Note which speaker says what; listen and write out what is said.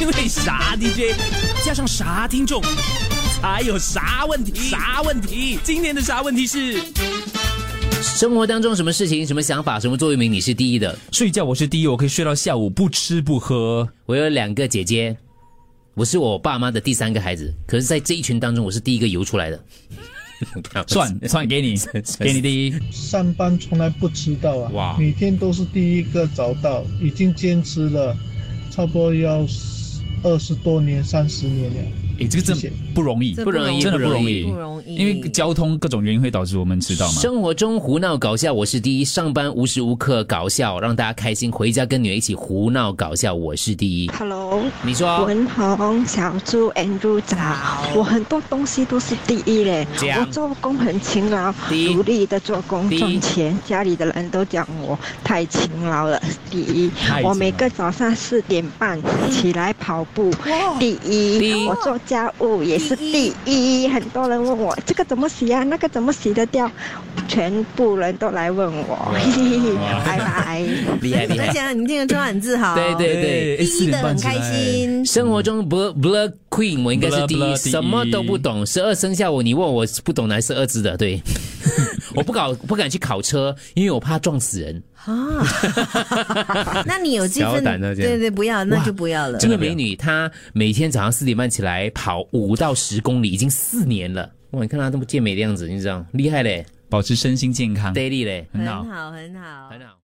Speaker 1: 因为啥 DJ 加上啥听众，才有啥问题？啥问题？今年的啥问题是？
Speaker 2: 生活当中什么事情、什么想法、什么座右铭，你是第一的。
Speaker 3: 睡觉我是第一，我可以睡到下午，不吃不喝。
Speaker 2: 我有两个姐姐，我是我爸妈的第三个孩子，可是，在这一群当中，我是第一个游出来的。
Speaker 3: 算啊 算给你，给你第一。
Speaker 4: 上班从来不迟到啊，
Speaker 3: 哇
Speaker 4: 每天都是第一个早到，已经坚持了差不多要二十多年、三十年了。
Speaker 3: 诶，哎这个真
Speaker 4: 谢谢
Speaker 3: 不容易，
Speaker 2: 这不容易
Speaker 3: 真的不容易，
Speaker 2: 不
Speaker 5: 容易
Speaker 3: 因为交通各种原因会导致我们迟到嘛。
Speaker 2: 生活中胡闹搞笑，我是第一；上班无时无刻搞笑，让大家开心；回家跟女儿一起胡闹搞笑，我是第一。
Speaker 6: Hello，
Speaker 2: 你说
Speaker 6: 文宏、小猪、Andrew 早。我很多东西都是第一嘞，
Speaker 2: 讲
Speaker 6: 我做工很勤劳
Speaker 2: 第一，
Speaker 6: 努力的做工
Speaker 2: 第一
Speaker 6: 赚钱，家里的人都讲我太勤劳了。第一
Speaker 3: 太勤，劳
Speaker 6: 我每个早上四点半起来跑步，第
Speaker 2: 第
Speaker 6: 一，
Speaker 2: 一
Speaker 6: 我做家务也是第一。很多人问我这个怎么洗啊，那个怎么洗得掉，全部人都来问我，嘿嘿嘿， 拜拜。
Speaker 2: 厉害厉
Speaker 5: 而
Speaker 2: 害。
Speaker 5: 且你听得出很自豪，
Speaker 2: 对哎对对，
Speaker 3: 诶
Speaker 5: 第一的很开。 心。
Speaker 2: 生活中 blur blur queen 我应该是第
Speaker 3: Blur
Speaker 2: 一，
Speaker 3: Blur 第一
Speaker 2: 什么都不懂。十二生肖我你问我是不懂哪十二字的，对， 我不搞不敢去考车，因为我怕撞死人。
Speaker 5: 啊， 那你有这
Speaker 7: 小
Speaker 5: 份
Speaker 7: 胆啊的这样
Speaker 5: 对对，不要，那就不要了。
Speaker 2: 这个美女她每天早上四点半起来跑五到十公里，已经四年了。哇，你看她这么健美的样子，你知道，厉害嘞
Speaker 3: 嗯保持身心健康，
Speaker 2: ，daily 嘞，
Speaker 5: 嗯
Speaker 3: 很好
Speaker 5: 很。好，很好，
Speaker 2: 很好。